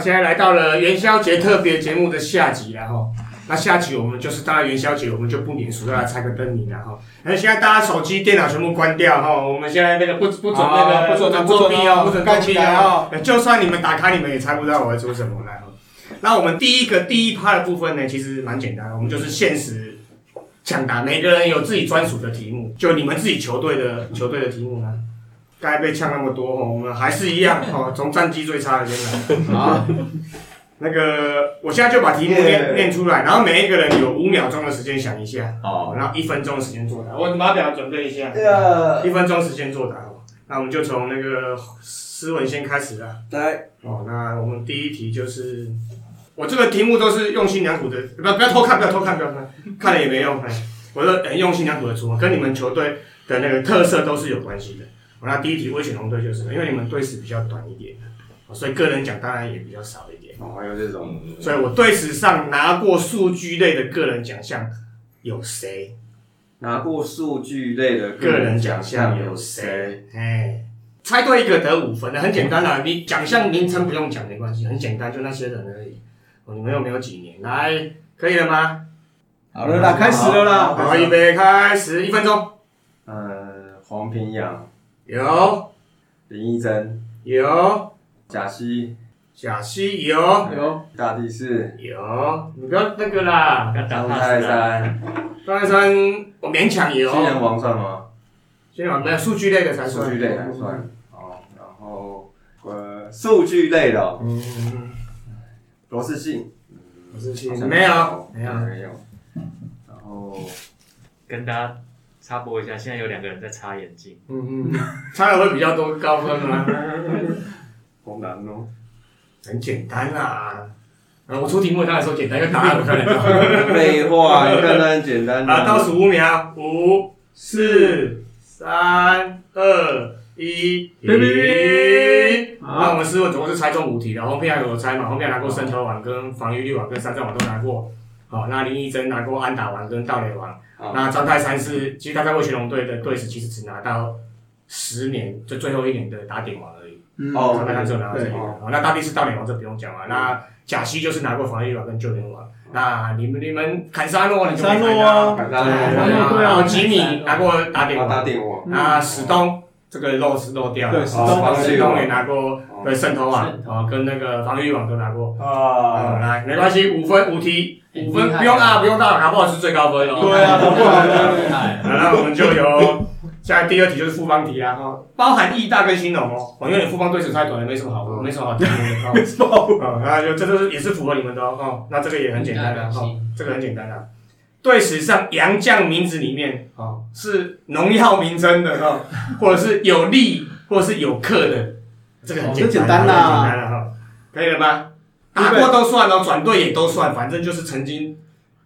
现在来到了元宵节特别节目的下集了哈。那下集我们就是当然元宵节，我们就不免俗要来猜个灯谜了哈。那现在大家手机、电脑全部关掉哈，我们现在那个不不准那好个不准能不准作弊哦，哦不准盖作起弊来哦哦。呃就算你们打开，你们也猜不到我在说什么来哈。那我们第一个第一趴的部分呢，其实蛮简单的，我们就是限时抢答，每个人有自己专属的题目，就你们自己球队的球队的题目啦。刚才被呛那么多哦，我们还是一样哦，从战绩最差的先来。好，那个，我现在就把题目念 Yeah 念出来，然后每一个人有五秒钟的时间想一下，哦，哦，然后一分钟的时间作答。我把表准备一下，呃，一分钟时间作答哦。那我们就从那个诗文先开始啦。来，哦，那我们第一题就是，我这个题目都是用心良苦的，不要不要偷看，不要偷看，不要偷看，看了也没用。哎，我说很用心良苦的出，跟你们球队的那个特色都是有关系的。哦那第一题我选红队就是，因为你们队史比较短一点，哦所以个人奖当然也比较少一点。哦，还有这种，嗯所以我队史上拿过数据类的个人奖项有谁？拿过数据类的个人奖项有谁？？哎，猜对一个得五分的，很简单啦、你奖项名称不用讲没关系，很简单，就那些人而已。哦，你们又没有几年，来，可以了吗？好了啦，开始了啦。好，预备，开始，一分钟。呃，黄平阳、有林义珍、有，贾西、小西有哦有大地士、有，你不要那个啦。要打张他泰是吧？山、张泰山，我勉强有。新人王算吗？先讲没有数据类的才算数据类来嗯算。哦，然后呃，数据类的哦嗯嗯，嗯罗世信，我是好新像没有没有。嗯没有。然后跟大家插播一下，现在有两个人在擦眼镜，嗯，嗯， 差的会比较多高分吗？红男哦，很简单啦、啊。我出题目当然说简单，因为答案我看得到。废 话，你看那很简单啊，啊。倒数五秒，五、四、三、二、一，哔哔停！好那我们师傅总共是猜中五题的，后面还有猜嘛，后面拿过伸头王跟防御力王跟三战王都拿过。好，那林义珍拿过安打王跟盗垒王，好那张泰山是其实他在为全龙队的队史其实只拿到十年，就最后一年的打点王而已。哦，哦，那他就拿到这对个。哦，那大力士大联王这不用讲了。那贾西就是拿过防御王跟救援王。那你们你们坎沙诺，你就没坎沙看诺到啊。反坎沙正诺对啊然后吉米拿过打点哦他打王。点我，那史东这个漏是漏掉了。嗯对哦史东防防史御东王也拿过哦对圣头王圣，头哦跟那个防御王都拿过。哦，啊，来没关系，五分五题，很五分厉不害啊用大不用大，搞不好是最高分哦。对啊啊搞不好呢好，那我们就由下来第二题就是复方题啦哈，包含义大跟新农哦，哦因为你复方对手太短了，没什么好，没什么好题目的哦。哦，那就这都是也是符合你们的哦哦，那这个也很简单的哈、哦，这个很简单啊。队史上洋将名字里面哦是农药名称的哈、哦，或者是有利或者是有克的，这个很简单，哦这简单啦很简单了哈、可以了吧？打过都算哦，转队也都算，反正就是曾经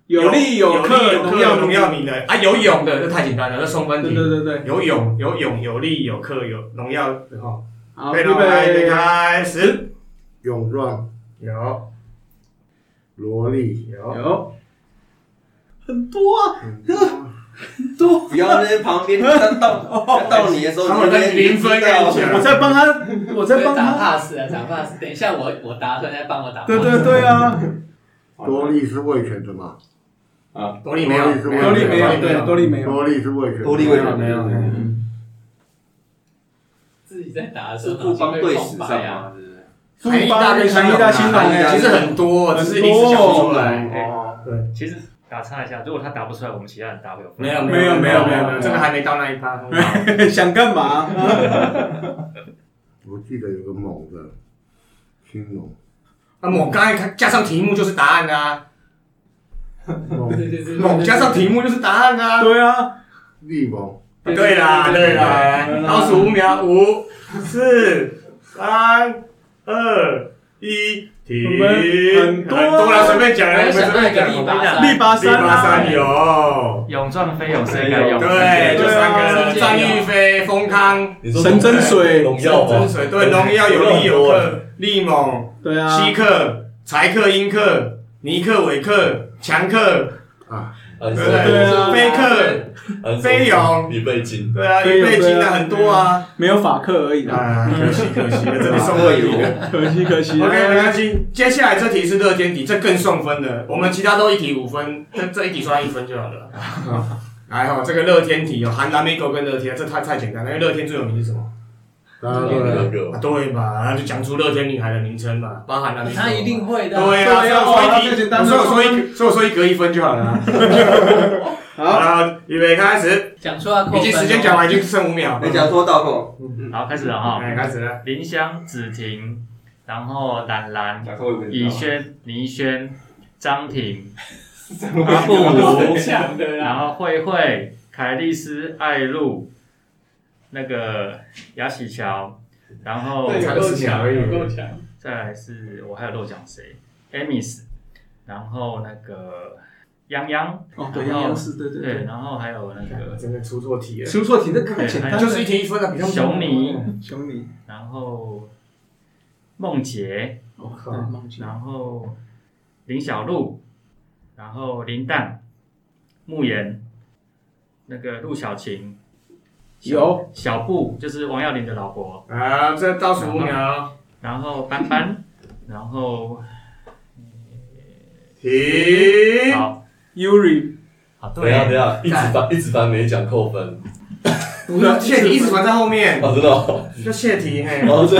有利有克，有荣克耀荣荣耀耀。你的啊，有勇的这太简单了，这送分对题。对对对，有勇有勇有力有克有荣耀的哈。好，可以预了来预备备，开始。泳乱、有萝莉，有有，很多啊，很多。不要在旁边他到他到你的时候，他们在零分跟你我讲，在帮他，我在帮打他。 pass 啊，打 pass。等一下我我答出来再帮我打 pass。对对对啊，多利是味全的嘛？多利没有，多利没有，对，多利啊没有。多利是味全的，多利味全没有没有自己在打的时是候不帮对史上啊。吗？是不是？富邦跟强力大新郎哎其实很多，只是一直想不出来。哦，其实打岔一下，如果他答不出来，我们其他人答会有分。没有这个还没到那一趴。哎，想干嘛？我记得有个猛的，青龙，那猛刚才加上题目就是答案啊，对猛 对对对，猛加上题目就是答案啊。对啊，力猛，对啦，对啦，对啦倒数五秒，五、四、三、二、一，停。我们很多啊啦，随便讲我啊，还你们想随到一便个讲。力我拔力拔山，跟你讲山力拔啊，山有，勇撞飞勇，谁敢勇？对，就对啊三个人，张玉飞、丰康、神针水，郑真水，对，荣耀有力有克、力猛、对啊，西克、柴克、英克、尼克、韦克、强克、啊，很对深不很对？深飞客，很深飞泳预备金，对啊，飞预泳备金啊很多啊，没有法克而已啦，啊，可惜可惜，这里送我一个。可惜可惜。 OK，没关系。接下来这题是乐天题，这更送分的。我们其他都一题五分，这这一题刷一分就好了。来哈、哦，这个乐天题哦，含蓝莓狗跟乐天，这太太简单了。因为乐天最有名是什么？大家都来，热啊、，对嘛，那就讲出乐天女孩的名称嘛，包含蓝莓狗嘛。他一定会的。对啊，对啊所以我哦说那一最题，简单的所以我说一，所以我说一格一分就好了啊。好好，了，预备开始，讲出来扣已分。经时间讲，完，已经剩五秒。你讲说到过，好，开始了哈。哎，开始了。林香、子婷，然后兰兰、讲错一个。以轩、倪轩、张婷、阿布够鲁强的然啦。后慧慧、凯丽丝、艾露，那个雅喜乔，然后对，有够强，而已有够强。再来是我还有漏讲谁？Amis，然后那个泱泱，哦，对，样样是，对对对，对，然后还有那我个真的出错题了，出错题那个很简单，就是一题一分啊，比他们熊迷，熊你，然后梦洁，我靠忘记了，然后林小璐，然后林蛋、慕言，那个陆小琴，小有小布就是王耀林的老婆，啊，这倒数五秒，然后班班，然后停。好， Yuri，好等一对啊下等一下，一直翻一直翻没讲扣分，不要泄题，一直玩在后面，哦真的哦，就泄题嘿。然后这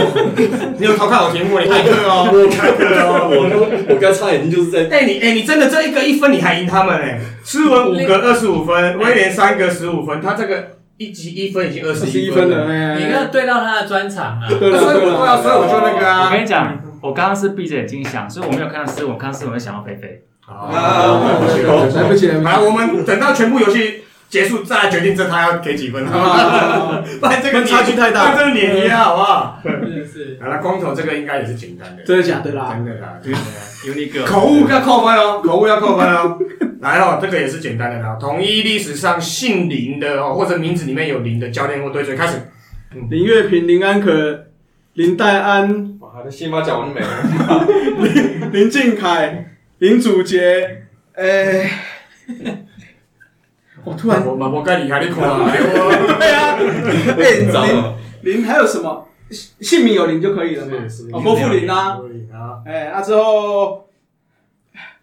你有偷看我题目，你骇客哦，我骇客我哦。刚我刚差点就是在哎你哎你真的这一个一分你还赢他们哎，诗文五个二十五分，威廉三个十五分，他这个一级一分已经二二十十一分分了，。哎你要对到他的专 场啊。对了所以我对对了，啊，所以我就那个我跟啊。你讲，我刚刚是闭着眼睛想，所以我没有看到诗文，我看到诗文我就想到菲菲。来不及了，好，我们等到全部游戏结束再来决定这他要给几分，好不好？不然这个差距太大不然这个碾压好不好？真的是。好了，光头这个应该也是简单的，真的假的啦？真的啦。 Uniqlo 口误要扣分哦，口误要扣分哦。来哦，这个也是简单的啦。统一历史上姓林的哦，或者名字里面有林的教练或队锤开始。林月平、林安可、林黛安、哇，那先把讲完就没了。林敬凯、林祖杰，哎，我突然，我我该离开你看啊！我对啊，紧张哎，了，林林还有什么姓姓名有林就可以了嘛？哦，郭富林啊，郭富林啊，哎，那之后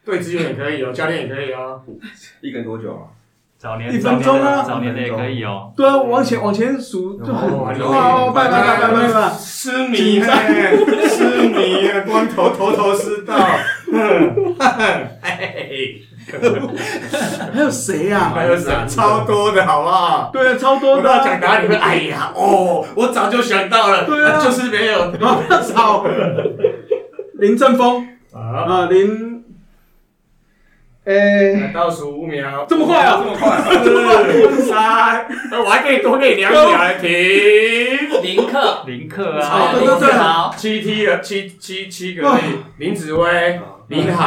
队职员也可以哦，教练也可以哦。一个人多久啊？早年一分钟啊早年的也可以哦。对啊，往前往前数就很哦哇，拜拜拜拜拜拜。痴迷呢，痴迷啊，光头头头是道。哼嘿嘿嘿还有谁呀、还有啊啥超多的好不好？对啊，超我多的到啊、讲答案，你会哎呀 哦，我早就想到了，对啊就是没有。操！林正峰啊，啊，林，哎诶、倒数五秒，这么快啊这么快，这么快，三，我还可以多给你两秒，停。林克，林克哦啊，对对对好，七 T 了，七七七个而已，林子威、林航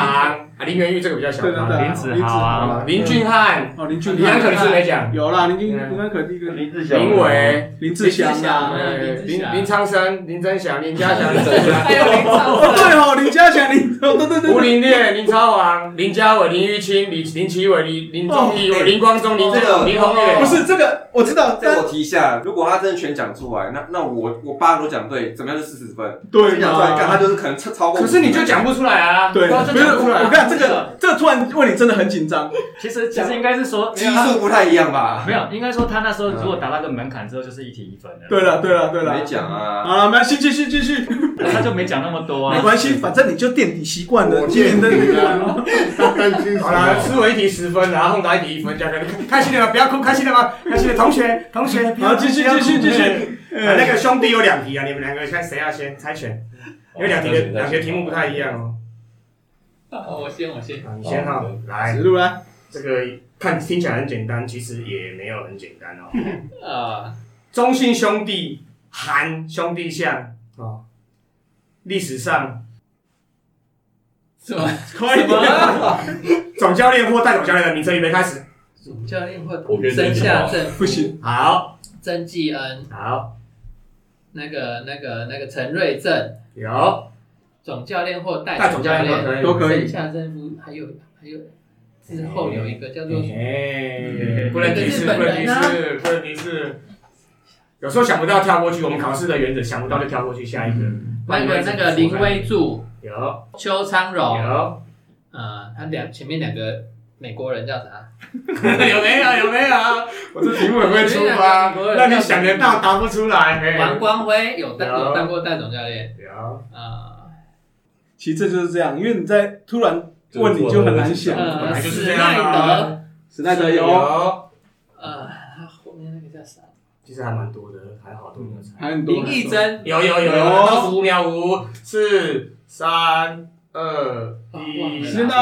啊，林元玉这个比较小对对对，林咖，子豪啊林俊汉、哦，林俊林安凯可你是没讲，有啦，林俊嗯林安可第一个，林志林伟、林志祥林志啊祥，呃林志林祥林昌生、林真祥、林嘉祥、林真祥还有林哦兆对哦，林嘉祥，林哦对 对对吴对，林烈、林超王、林家伟、林玉清、林林奇伟、林林仲义、林光宗、林这正、个林宏岳，哦不是这个我知道，这但我提一下，如果他真的全讲出来，那那我我八个都讲对，怎么样就四十分。对全讲出来，干嘛他？就是可能超超过。可是你就讲不出来啊！对，就不讲不是出来我啊。看这个这个突然问你真的很紧张，其实其实应该是说，啊基数不太一样吧？没有，应该说他那时候如果达到一个门槛之后，就是一题一分的。对了对了对没了，讲啊。好了，没关系，继续继续，他就没讲那么多没啊。关系，反正你就垫底习惯了，我今年的垫底啊担心什好啦，么？思维一题十分，然后宏达一题一分，这样可以 开心了吗？不要哭，开心了吗？开心的同学，同学，不要好继续不要哭继续继续哎那个兄弟有两题啊，你们两个看谁要先猜拳？因为两题的两题的题目不太一样哦。兆。我先，我先。啊，你先哈，来，指路啊，这个看听起来很简单，其实也没有很简单哦。啊，中信兄弟、韩兄弟象哦，历史上什么？快什么？ 总教练或代总教练的名称预备开始。主教练会我跟你真讲下话，正不行，好，曾纪恩，好，那个、那个、那个陈瑞正，有总教练或代代总教练都练可以。都可以曾。下正夫，还有还有之后有一个叫做嗯哎，嗯不能提示，不能提啊示，不能提示。有时候想不到跳过去，我们考试的原则想不到就跳过去下一个。那个嗯那个林威柱、有邱昌荣， 有呃，他两前面两个美国人叫啥？有没有有没有？我这题目很会出 吗？让你想得到答不出来。哎王光辉有当有有当过戴总教练有啊，其实这就是这样，因为你在突然问你就很难想。呃，本来就是这史样奈德，啊。史奈德有，有，呃，他后面那个叫啥？其实还蛮多的，还好都没有猜。还有很多林义珍，有有有，有倒数五秒，五、四、三、二、一，是呢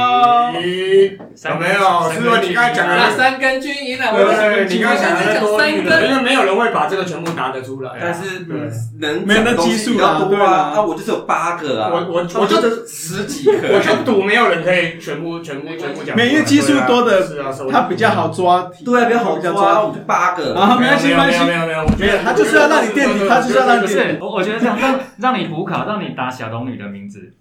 一有没有？是不是你刚才讲那的？三根军营啊，我对，你刚才讲的多三余的，根，因为没有人会把这个全部答得出来啊。但是对能没有那讲的东基西数比啦较多对啦啊，啊，我就是有八个啊，我我他我们就这十几 个，我就赌没有人可以全部全部全部讲出来。没因为基数多的对啊是啊，是啊他比较。好抓题，对啊，比较好抓，我就八题。个，啊，没关系，没关系没，有没有没有，我觉得他就是要让你垫底他就是要让不你是，我我觉得这样让让你补考，让你打小龙女的名字，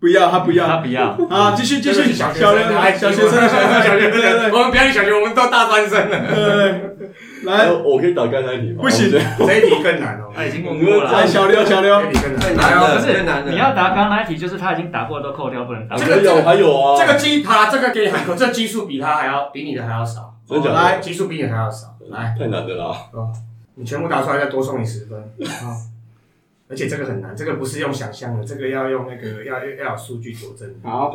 不要他不他要不要，啊，继续继就是续，小小学生刘哎小学生小学生小学小学生生，对对我们不要去小学，我们都大三生了，对对，来哎我可以打开那一题吗？不行我觉得这一题更难哦。他已经问过了来哎。小刘这小一刘，题更太难。难了，不是太难了。你要答刚刚那一题，就是他已经答过的都扣掉，不能答啊。这我个有还有啊，这个基他这个给你喊扣，这基数比他还要比你的还要少，哦真假的来基数比你还要少。来，哦太难的啦，你全部答出来，再多送你十分。啊！而且这个很难，这个不是用想象的，这个要用那个要要有数据佐证的。好，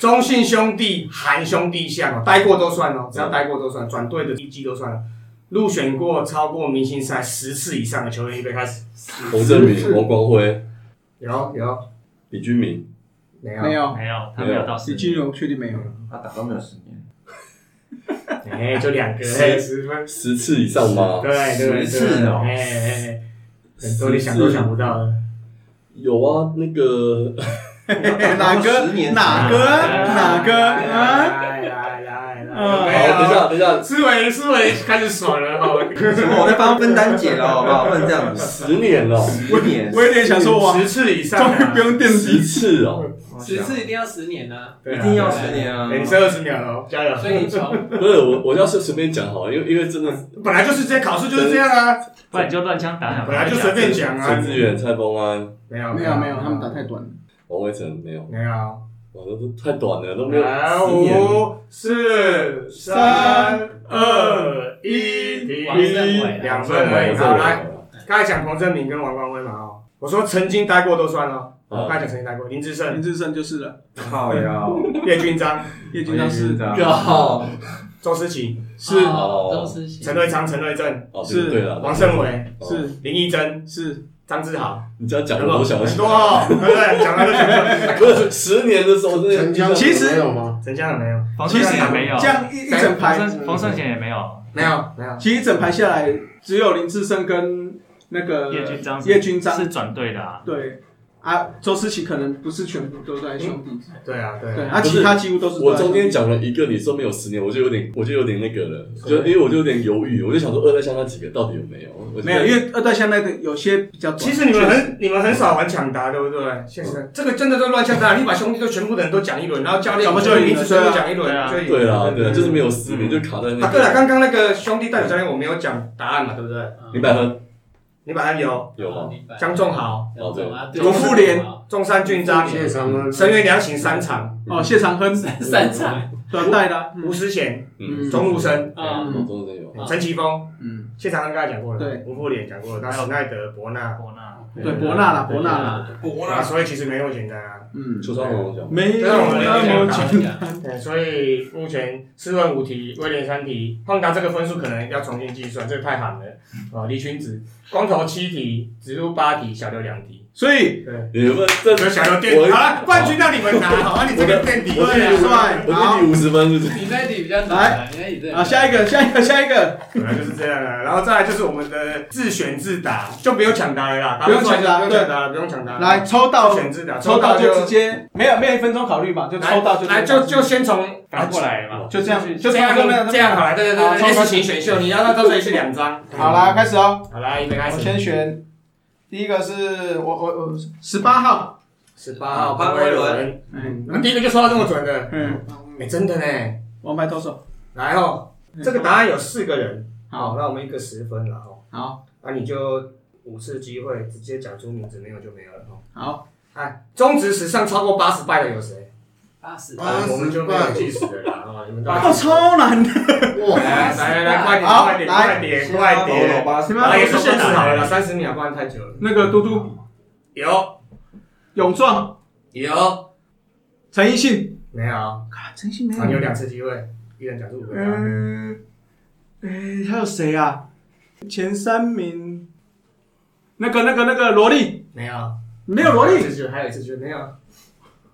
中信兄弟、韩兄弟像哦，待过都算哦，只要待过都算，转队的一季都算了。入选过超过明星赛十次以上的球员，预备开始。洪正明、王光辉、有有李君明，没有没？有，没有，他没有到十李金荣确定没有，他打到没有十年，哎，就两个十哎十分，十次以上吗？对对对，十次哦哎哎，哎很多你想都想不到的。有啊，那个哎哪个十年哪个哪个啊？来来来来，嗯好，没有等一，下，等一下，思维思维开始爽了哦。什么？我在帮分担解了，好不好？不能这样子，十年了，十年，我有点想说哇，十次以上终于啊，不用垫十底，次哦，十次一定要十年呢，对啊一定要十年啊！哎，你剩二十秒了哦，加油！所以 你从不是我，我要是随便讲好了，因为因为真的本来就是这考试就是这样啊，不然你就乱枪打鸟。本来就随便讲啊陈。志远、蔡峰安、没有没有没有，他们打太短了，王威成没有，没有。哇，都都太短了，都没有来，十年了。五、四、三、二、一，王胜伟两这分样吧而已。这好，样吧来，刚才讲彭正明跟王光威嘛哦，我说曾经待过都算哦。我刚才讲曾经待过，林志胜林、志胜就是了，靠哎呀，叶君章、 叶军章是的靠，周思齐、是哦周思齐陈瑞昌、陈瑞正、哦，是对对了，王胜伟、哦，是林义珍、是，张志豪，你这样讲我都想很起多来，哦，对不对？讲到就想不是十年的时候，真的陈江其实没有吗？陈江有没有？冯胜贤也没有，这样一一整冯排胜冯胜贤也没有，没有，没有。其实一整排下来，只有林志胜跟那个叶军章是叶军章是转队的啊。对啊，周思齐可能不是全部都在兄弟，对啊，对对啊。啊，其他几乎都是我都在兄中弟间讲了一个，你说没有十年，我就有点，我就有点那个了，就因为我就有点犹豫，我就想说二代像那几个到底有没有？我就没有，因为二代香奈的有些比较短。其实你们很你们很少玩抢答，对不对？现在这个真的都乱抢答，你把兄弟都全部的人都讲一轮，然后教练怎么就你赢了只全部对啊讲一轮，对啊就赢对啦，了对啦，就是没有十嗯年就卡在那啊，对了，个。刚刚那个兄弟代表教练我没有讲答案嘛，对不对？嗯林百合你把他有有吗？哦江仲豪、江总啊，罗富连中山俊章、谢长恩，神原良行三场，哦，谢长亨 擅长短带的啊，吴思贤、嗯，钟无生、啊，嗯中间有，嗯陈奇峰、嗯，谢长恩刚才讲过了，对吴富连讲过了，当然史奈德、伯纳，伯纳对，伯纳啦，伯纳啦，啊啦，伯纳，所以其实没那么简单啊。嗯，邱昌荣讲，没有对我们那有么讲简单。对，哎所以目前四问五题，威廉三题，胖达这个分数可能要重新计算，这个太喊了。啊、李群子，光头七题，植入八题，小刘两题。所以对，你们这有小刘垫底，啊好了，冠军让你们拿，好啊，你这个垫底，我对啊，帅，我给你五十分是不是？你那一题比较难啊，你那一题真的啊，下一个，下一个，下一个，本来就是这样的。然后再来就是我们的自选自答，就不用抢答了啦，不用抢答不用抢答了，不用抢答了。来抽自到，选自答，抽到就就直接没有没有一分钟考虑吧，就来抽到就来，就就先从啊打过来嘛，就这样，就这这样样这样这样好了，对对好对抽对，抽 S 型选秀，你要到到这里是两张。 好啦，，开始哦，好啦，预备开我始。先选第一个是我我我十八号，十好潘威伦伦，嗯我们第一个就说到这么准的，嗯，哎、真的呢，王牌投手。来哦，这个答案有四个人，嗯好好，那我们一个十分了哦，好那你就五次机会直接讲出名字，没有就没有了哦。好，哎，中职史上超过八十败的有谁？八十八十败我们就没有计时的了啊，你们都哦，超难的。来来来，快点好快点来快点快老点，八十你们来老也师是先限时打好了啦，三十秒，不然太久了。那个嘟嘟有勇壮、有陈奕迅，没有？啊，啊陈奕迅没你有有。两次机会，一人讲出五个答案。嗯，哎，还有谁啊？前三名，那个、那个、那个萝莉，没有，没有萝还有一莉，次机会，还有一次机会没有。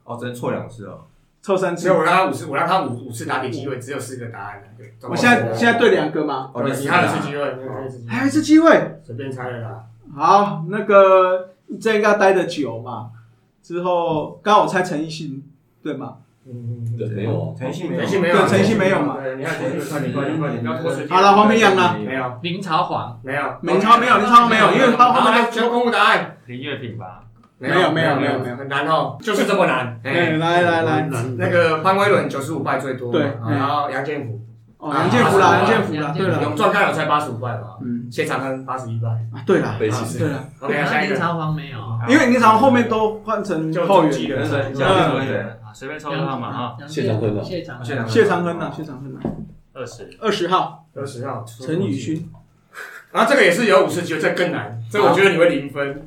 哦，真错两次哦。凑三所以次。我让他五次，我让他五五次答题机会，只有四个答案了。对我现在现在对两个嘛，哦，对你还有一次机会，你还有一次机还有一会，次机会。随便猜了啦。好，那个这应该待的久嘛，之后刚好我猜陈奕迅对吗？嗯，对，没有啊，陈信没有，陈信没有啊，对陈信没有嘛对，你看陈信，快点快点快点，不要拖时间。好了，黄明阳啦，没有林朝皇，没有，林超没有，林超没有，因为他后好面来全公布答案。林月平吧，没有没有没有没有很难哦，就是这么难。就哎，来来来，那个潘威伦九十五败最多嘛，对啊然后杨建福，哦，杨建福啦，啊杨建福啦，对了，勇壮大有才八十五败嘛，嗯谢长亨八十一败。啊，对了，北骑士对了， OK，那下一林个朝皇没有，因为你常后面都换成就后中继援，的对人对这样子对对嗯啊，随便抽个号码哈，杨谢长亨啊谢长谢亨长亨谢长亨哦啊呐，谢长亨呐，二十，二十号有十号陈宇勋，然后这个也是有五次机会，这更难，这我觉得你会零 分。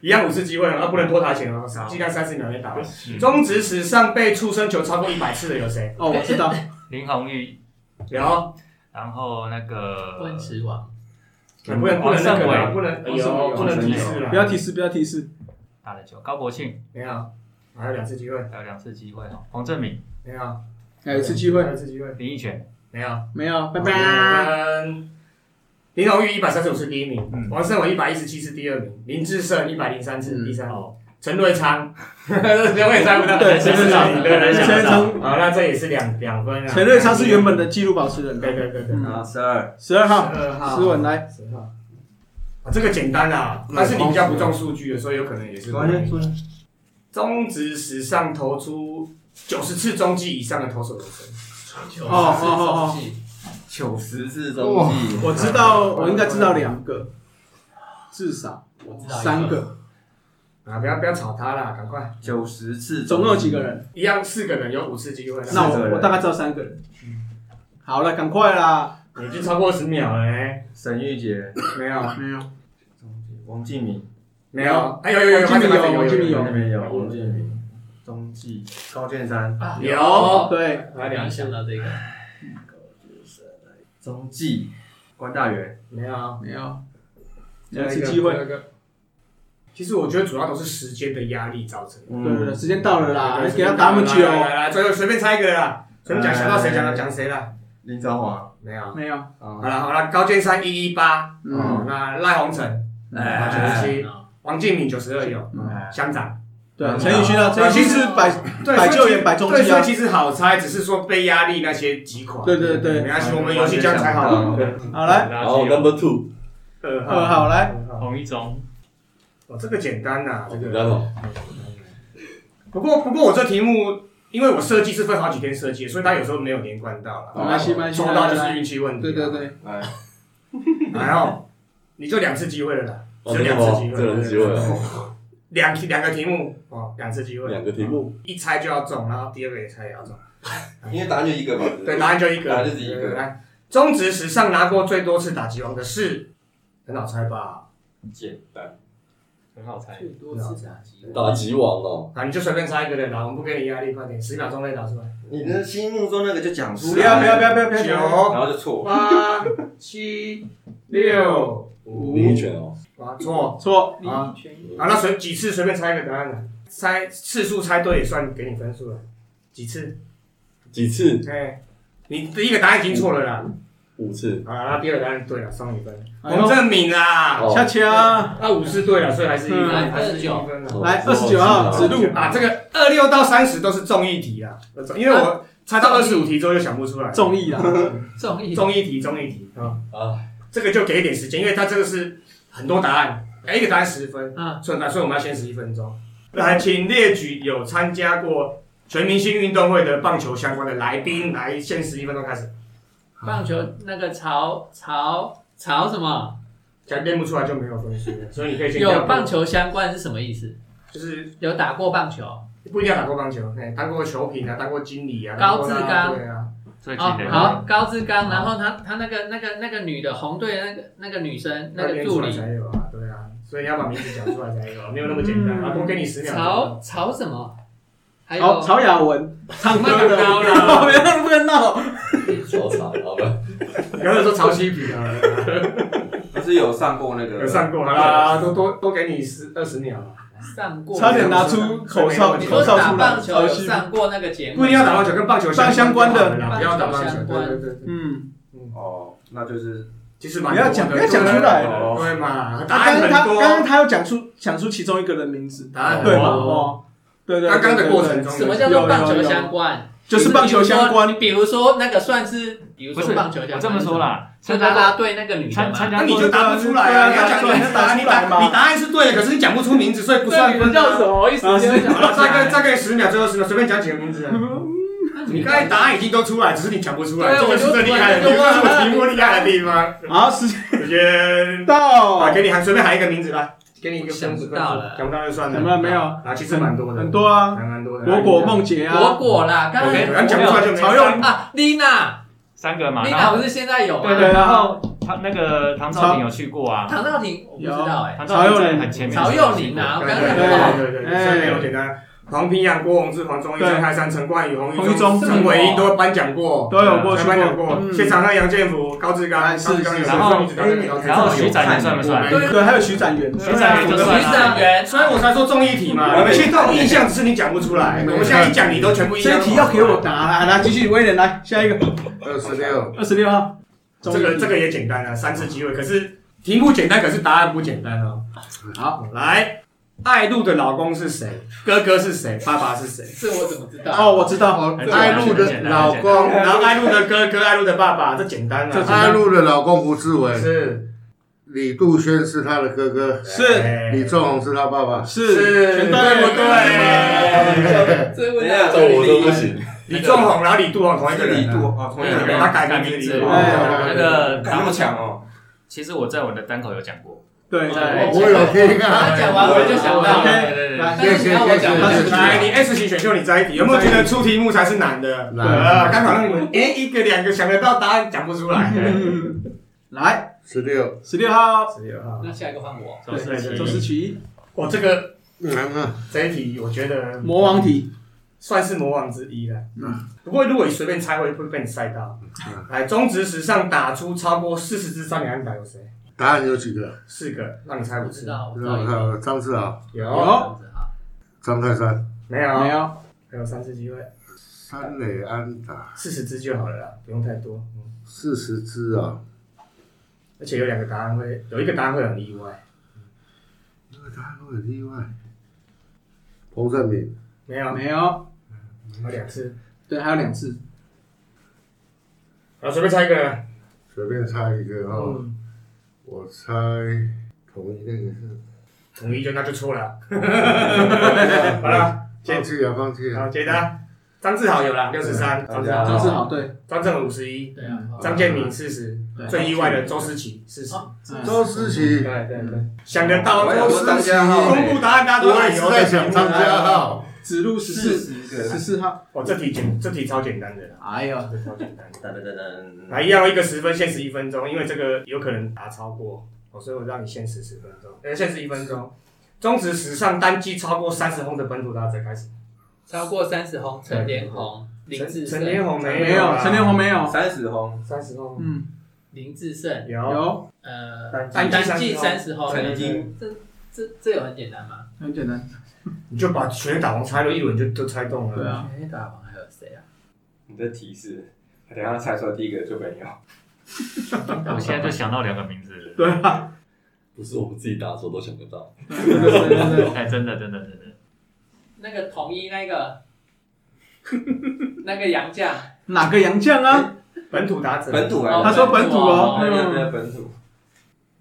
一样五次机会啊，不能多拿钱哦，好记干三十秒内打完。嗯嗯中职史上被触身球超过一百次的有谁？哦，我 知道，林红玉，有，然后那个温池王，哎嗯哦不能不能那个啊，不能王胜伟有不能提示不要了，提示，不要提示，打了球，高国庆没有，还有两次机会，还有两次机会哦，黄正敏、没有，哎还有一次机会还，有一次机会，林奕泉，没有。没有，拜拜。嗯，林荣玉一百三十五次第一嗯名，王胜伟一百一十七次第二名，林志胜一百零三嗯次第三名 哦，陈瑞昌，两位猜不 到，对谁陈瑞知道昌你的人陈想瑞得到昌，好，那这也是两两分啊。陈瑞昌是原本的纪录保持人对，对对对，嗯啊，十二，十二号，二号斯文来，十号。啊，这个简单啦，但是你比较不重数据的，所以有可能也是不会。中职史上投出九十次中继以上的投手有谁？哦哦哦哦九十次中继，我知道，我应该知道两个，至少我知道一三个，啊，不要不要吵他啦，赶快！九十次，总共有几个？人？一样四个人有五次机会啦，那四个我人我大概知道三个人。好了，赶快啦！你已经超过十秒了、欸，沈玉杰、没有，没有，王敬明，没有，哎有有有，王金明有有王金明有那边有王敬明，中继高建山，啊有对，我刚刚想到这个，中继关大元，没有，没有，有两次机会。。其实我觉得主要都是时间的压力造成的。对对对，时间到了啦，对给他哦打那么久，嗯来来来，最后随便猜一个啦，随便讲想到谁讲讲谁啦，林朝华，没有。没有，嗯好啊了好了，高建山一一八，嗯，哦那赖鸿成啊九十七，王敬敏九十二有，哎乡长。对，嗯陈宇勋啊，陈宇勋是百对，百所救以援百中对，计所以啊，其实好猜，只是说被压力那些击垮。对对没对，关系，我们游戏这样才好。对 好来，然后 number two，二二号呃来，二号洪一中，哦，这个简单呐，这哦个然后不过不过我这题目，因为我设计是分好几天设计，所以它有时候没有连贯到了。没关系没关系，抽到就来是来运气问题。对对，对，来，然后你就两次机会了啦，哦只有两次机会，真的吗这两次机会哦。两题两个题目哦，两次机会，两个题目，一猜就要中，然后第二个也猜也要中，因为答案就一个嘛，对，答案就一个，答案就是一个对来，中职史上拿过最多次打击王的是，很好猜吧？简单，很好猜，最多次打击，打击王哦，啊，你就随便猜一个人啦，我们不给你压力，快点，十秒钟内打出来。你的心目中那个就讲出不要不要不要不要不要，九然后就错，八七六五林奕泉哦，啊，错错，啊。林全好，那随几次随便猜一个答案了，猜次数猜对也算给你分数了。几次？几次？哎、你第一个答案已经错了啦。五次，好啦，那第二个答案对了，送你一分。哎呦洪正敏啦，哦下掐，那五次对了，所以还是一分，嗯哎还是一分了。哦来29号指路啊，这个二六到三十都是中议题啊，因为我猜到二十五题之后就想不出来。中意啦，综艺中议题，中议题啊，啊，这个就给一点时间，因为它这个是很多答案，哎，一个答案十分。啊，所以，所以我们要限时一分钟。来，请列举有参加过全明星运动会的棒球相关的来宾，来限时一分钟开始，棒球那个曹曹曹什么？讲念不出来就没有分数了，所以你可以先有跳过棒，球相关是什么意思？就是有打过棒球？不一定要打过棒球，哎，当过球评啊，当过经理啊，高志当过啦刚对啊，最近哦的，好，高志刚，然后他他那个那个那个女的红队的那个那个女生那个念助出来理才有啊，对啊，所以要把名字讲出来才有，没有那么简嗯单。啊，多给你十秒。曹曹什么？还有曹曹雅文唱歌的，高我 了，们要不能闹，笑场，好吧？有人说曹西平啊，他是有上过那个，有上过啊，多多多给你十二十秒。啊嗯上过。差点拿出口哨你口说哨打出来棒。球有曹西上过那个节目？不一定要打棒球，跟棒球关啦，棒不球要相打关棒球。对对对对，嗯，哦，那就是其实蛮不要讲多的不要讲出来了对嘛？答啊案刚刚很他多，刚刚他有讲出讲出其中一个人名字，答案很对嘛？多。哦，对对，刚刚的过对程对中，什么叫做棒球相关？就是棒球相关你比如说那个算是，比如不说是棒球相关。我这么说，啦，是参加啦啦队那个女的参参嘛。那加你过就答不出来啊！你要讲你答，你答你答案是对的，可是你讲不出名字，所以不算分。啊啊叫什么？我一时间会想好不了，起来再给再给十秒，最后十秒，随便讲几个名 字。啊你刚才答案已经都出来，只是你讲不出啊来，这个是最厉害的，这是我题目厉害的地方。好，时间我觉得。到啊，，给你喊随便喊一个名字来，给你一个想不分数到了想不到就算有没有了。没有？啊，其实蛮多的，很多啊，还蛮多的。果果梦姐果啊，果啦，刚对，才对然后讲不出来就没曹佑用。啊，Lina，Lina 三个嘛，然后不是现在有对吗？对，对啊然后他那个唐少鼎有去过啊，唐道廷我不知道哎，唐少曹鼎佑在宁很前面，曹佑宁啊，我对刚对才对不对对对，虽然没有简单。黄平阳、郭宏志、黄宗义、对张泰山、陈冠宇、洪洪一一中、中陈伟英都颁奖过，都有过去颁奖过。嗯现场上杨建福、高志刚、高哎是志刚有是时然后候一直到那个高志然刚后徐展元算不算？对对，还有徐展元，徐展元就好。算徐了展元，所以我才说综艺题嘛，有些这种印象只是你讲不出来，我们现在一哦讲你都全部印象这都一跑出题来。要给我答来来，继续威廉来下一个二十六，二十六号，这个这个个也简单啊，三次机会，可是题目简单，可是答案不简单哦。好，来，爱露的老公是谁？哥哥是谁？爸爸是谁？这我怎么知道？哦，我知道，哦很简单爱露的老公，然后爱露的哥哥，爱露的爸爸，这简单这啊。简单爱露的老公胡志伟，是李杜轩是他的哥哥，是哎李仲宏是他爸爸。是是，对全不对？哎这问到等一下这我都不行，李仲宏，然后李杜宏同一个人啊，李杜哦，同一个对人，他改名字，改名字哎那个敢那么强哦，其实我在我的单口有讲过，对对我有听他啊，讲完我就想到了， OK，对对来对，但是你要我讲，谢谢谢谢来，你 S 型选秀你在一题，有没有觉得出题目才是难的？难呃，刚好让你们哎一个两个想得到答案讲不出来。来十六十六号十六号，那下一个换我，周思对周齐，思琪我这个难啊，这一题我觉得魔王题，算是魔王之一了。嗯不过如果你随便猜会会被你猜到。嗯来，中职史上打出超过四十支三连安打有谁？答案有几个？四个，让你猜我五知次。道，我知道哦一个。呃，张志豪、有有张泰山，没有？没。有，还有三次机会，三垒安打四十支就好了啦，不用太多。嗯四十支啊，而且有两个答案会，有一个答案会很意外。那个答案我很意外。彭正明，没有，没有，有两次。对，还有两次，啊好，随便猜一个人。随便猜一个哦，嗯，我猜同一那个是统一就那就错了。好好，了，放弃啊，放弃好，啊！解答。张志豪有了六十三，张志豪，张志豪对，张正五十一，对啊，张建民四十，对最意外的周思齐四十。嗯周思对齐，对对，想得到我的想都说是张家浩公布答案，大家都我会一直有在想张家。浩，指路十四十十四号，哦，这题简，这题超简单的啦，哎呀，这超简单的。噔噔噔来，一样一个十分，限时一分钟，因为这个有可能答超过，哦，所以我让你限时十分钟，呃，限时一分钟。中职史上单季超过三十轰的本土打者开始，超过三十红，陈连红、林志陈胜陈、连红没有，陈连红红没有，三十轰，啊三十轰嗯，林志胜，有，有，呃，单单季季三十红，曾经这这有很简单吗？很简单，你就把全打王猜了一轮就都猜中了。对啊，哎，打王还有谁 啊？你的提示，哎等一下猜出来第一个就没有。我现在就想到两个名字，对啊，不是我们自己打的时候都想得到。对对啊对对，哎，真的真的真的， 那个统一那个， 那个杨将，哪个洋将啊？本土打者，本土啊，他说本土哦没有没有本土，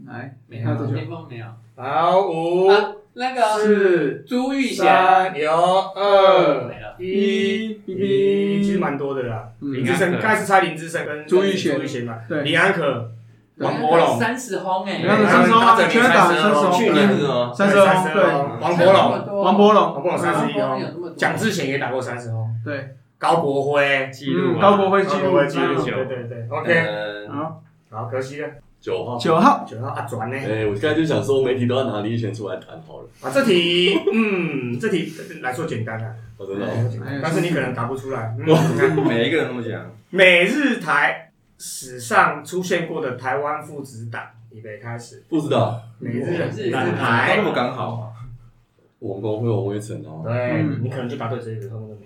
来，没有，联盟没有。好五啊，那个四、朱玉贤，三、有二、没了，一，哔哔其实蛮多的啦。嗯林志胜，刚才是猜林志胜跟朱玉贤朱玉贤嘛，对李安可、王柏龙，三十轰哎，然后他三们十打哦，整全年三十哦打三十哦，去年是吗？三十对哦，哦对，王柏龙，王柏龙，王柏龙三十一哦，龙蒋志贤也打过三十哦，对，高国辉，记录嗯，啊高国辉高记国辉录，记录，记录对对对，OK，嗯，好，好，可惜了，九号。九号，九号阿啊转呢？哎，我刚才就想说，媒体都要拿李易璇出来谈好了，啊，这题，嗯，这题来说简单啊，我真的哦。哎但是你可能答不出来。嗯你看每一个人那么讲，每日台史上出现过的台湾父子党，以北开始。不知道，每哦日哇党他那台，么刚好啊，王光辉、王威成啊，对嗯你可能就答对这个，后面都没了。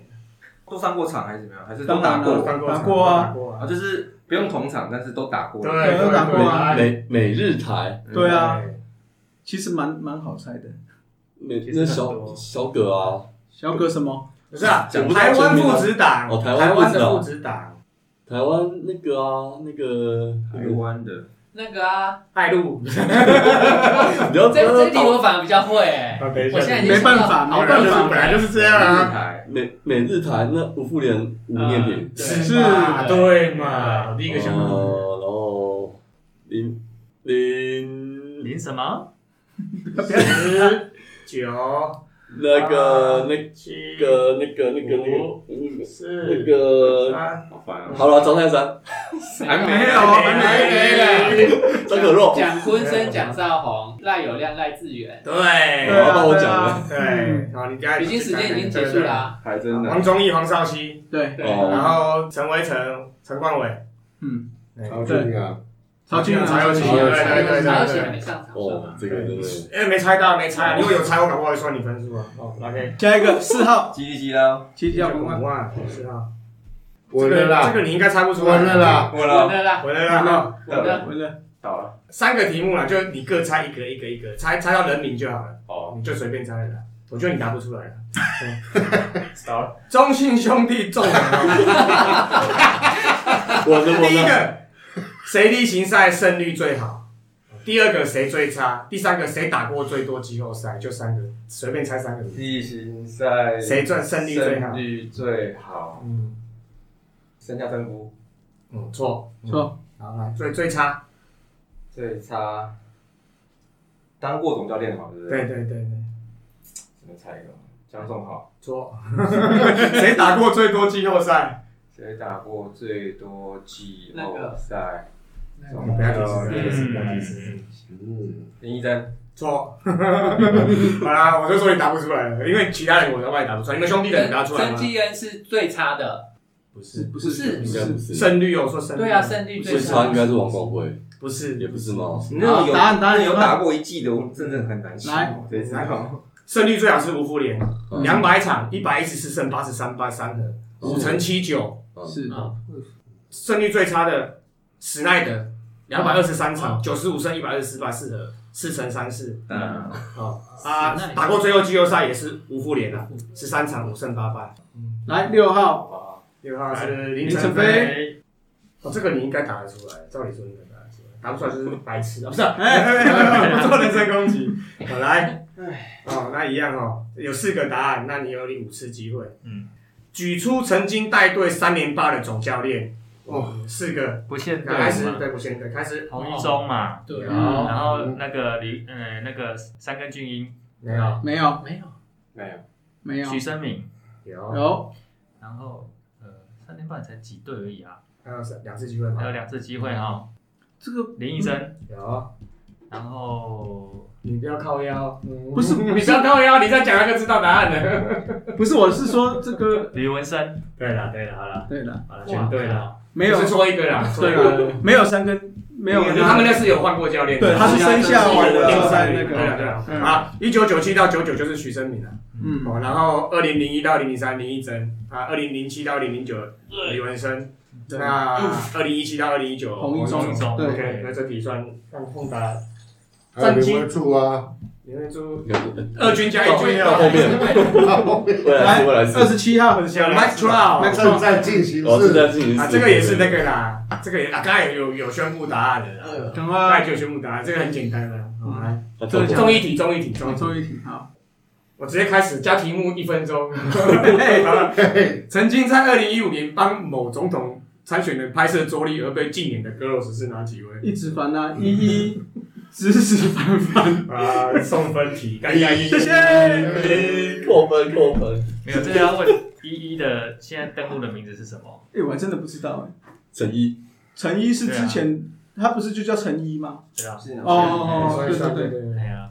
都上过场还是怎么样？还是当都然打哦了过？打过打过啊打过啊，就是不用同场，但是都打过。对，对都打过啊对每每日台，嗯对啊，其实蛮蛮好猜的。每其实很那小多小葛啊，小葛什么？不是啊，讲不出台湾真名父啊子党，哦台湾台湾父子的党父子党，台湾那个啊，那个台湾的那个啊，爱路。你要这这题要我反而比较会哎，啊，等一我现在已经没办法，好没那办就是法本。 来就是这样日。台，每每日台那吴富连吴念平，对是啊对嘛？我第一个想到，哦然后林林林什么？十九那个那七个那个那个那个五那四个，三，好烦啊！好了，张泰山、还没没有还没了。张可 若，蒋坤生、蒋少红、赖友亮、赖志远，对我要帮我对啊讲了，对，好，你家已经时间已经结束了啊。还对。真对的黄宗义、黄少熙，对，然哦，后陈维成、陈冠伟，嗯，曹俊啊，曹俊 曹啊又，对廷，对对对对还有对谁还对。没上场？哦，这个真的因为哎没猜到，没猜。如果有猜，我搞不好会算你分数啊。哦，OK，下一个四号，叽里叽啦，其实要五公万。万是啊。我的这啦，个你应该猜不出来。我的，啦，我我了，的啦，我的啦。我的，回来，倒了，三个题目啦，就你各猜一个，一个一个，猜猜到人名就好了，哦，你就随便猜了啦。我觉得你答不出来了。知道了。中信兄弟中了。我的我第一的个，谁例行赛胜率最好？第二个谁最差？第三个谁打过最多季后赛？就三个，随便猜三个名。地形赛谁赚胜率最好胜？率最好，嗯剩下分夫嗯，错嗯错。好，来最最差。最差，当过总教练嘛，对不对？对，对对对，只能猜一个，江仲豪，错。谁打过最多季后赛？谁打过最多季那后个赛？总不要提示，不要提教示。嗯，林一真，错。 好啦，我就说你答不出来了，因为其他人我他妈也答不出来。你们兄弟的你答出来曾吗？基恩是最差的，不是，不不是应该不是，胜率有说胜率吗。对啊，胜率最最差应差。该是王光辉，不是也不是吗？你啊那种有答案答案有答案打过一季的，我真的很难形容，谁知道？胜率最好是吴福连，嗯两百场一百一十四胜八十三败三嗯和，五成七九。是胜率最差的史奈德，两百二十三嗯场九十五胜一百二十四败四和，四成三四。嗯，哦啊史奈，德打过最后季后赛也是吴福连啊，十三场五胜八败。来六号，好吧，六号是哎林林晨晨飞飞。哦，这个你应该答得出来，照理说应该答得出来，答不出来就是白 痴啊，不是、啊？ 哎不做人身攻击。好，来，哦，那一样哦，有四个答案，那你有你五次机会。嗯，举出曾经带队三连霸的总教练。哦，四个，不限队开始伍嘛，对不先对，开始洪一中嘛，对嗯啊，好然后那个李，呃，那个三根俊英、没有没有没有，没有，没有徐生敏，有有然后呃，三年半才几队而已啊，还有两次机会吗还？有两次机会哈。这个林医生，有，然后你不要靠腰，嗯不是 你不要靠腰，你这样讲他就知道答案了。不是我是说这个李文生， 对了对了，好了对了，好哇了，全对了，，没有是错一个啦，错一对个了，没有三根没有他们那啊是有换过教练的，对他是生下我完的的六三那啊对啊个对啊嗯啊，一九九七到九九就是徐生敏了，嗯哦，然后二零零一到零零三林一珍啊，二零零七到二零零九李文生，对那二零一七到二零一九洪一洪一中中对 OK，那这题算让碰答还有林文柱啊，你那猪二二军哦加一到啊军到后面未来来是未来二是十七号很小香 Mike Trout 正在进行哦，是式，在进行啊，时这个也是那个啦，这个也啊，刚才有有宣布答案的啦，赶刚快才就有宣布答案，这个很简单的啦。好来，啊嗯这个中一题，中一题，中一往题，后一题好。我直接开始加题目一分钟。嘿好了曾经在二零一五年帮某总统参选人拍摄桌立而被禁演的歌手是哪几位？一直烦啊，一一指指反反，啊，送分题，干加一，谢谢。扣分扣分，没有，这个要问一一的现在登录的名字是什么？哎，我还真的不知道哎。陈一陈一是之前他不是就叫啊陈一吗？对啊，哦哦哦，算对一算对对，对对哎呀，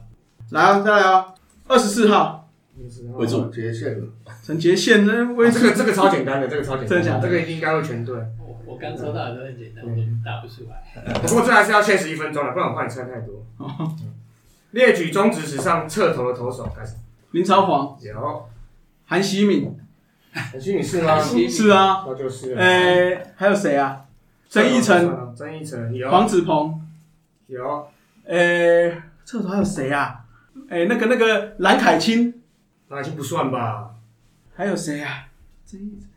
来啊，再来啊，二十四号对。为主，结哦线了，陈杰宪呢？喂为这个这个超简单的，这个超简真单的假的这个应该会全对。我我刚抽到的都很简单，我都打不出来。不过这还是要限时一分钟了，不然我怕你猜太多。列举中职史上侧投的投手开始。林朝煌、有，韩喜敏很虚你是吗？是啊，那就是了。哎，还有谁啊？曾义成、成，曾义成有黄子鹏，有，哎，这头还有谁啊？哎，那个那个蓝凯清，那已经不算吧？还有谁啊？曾义成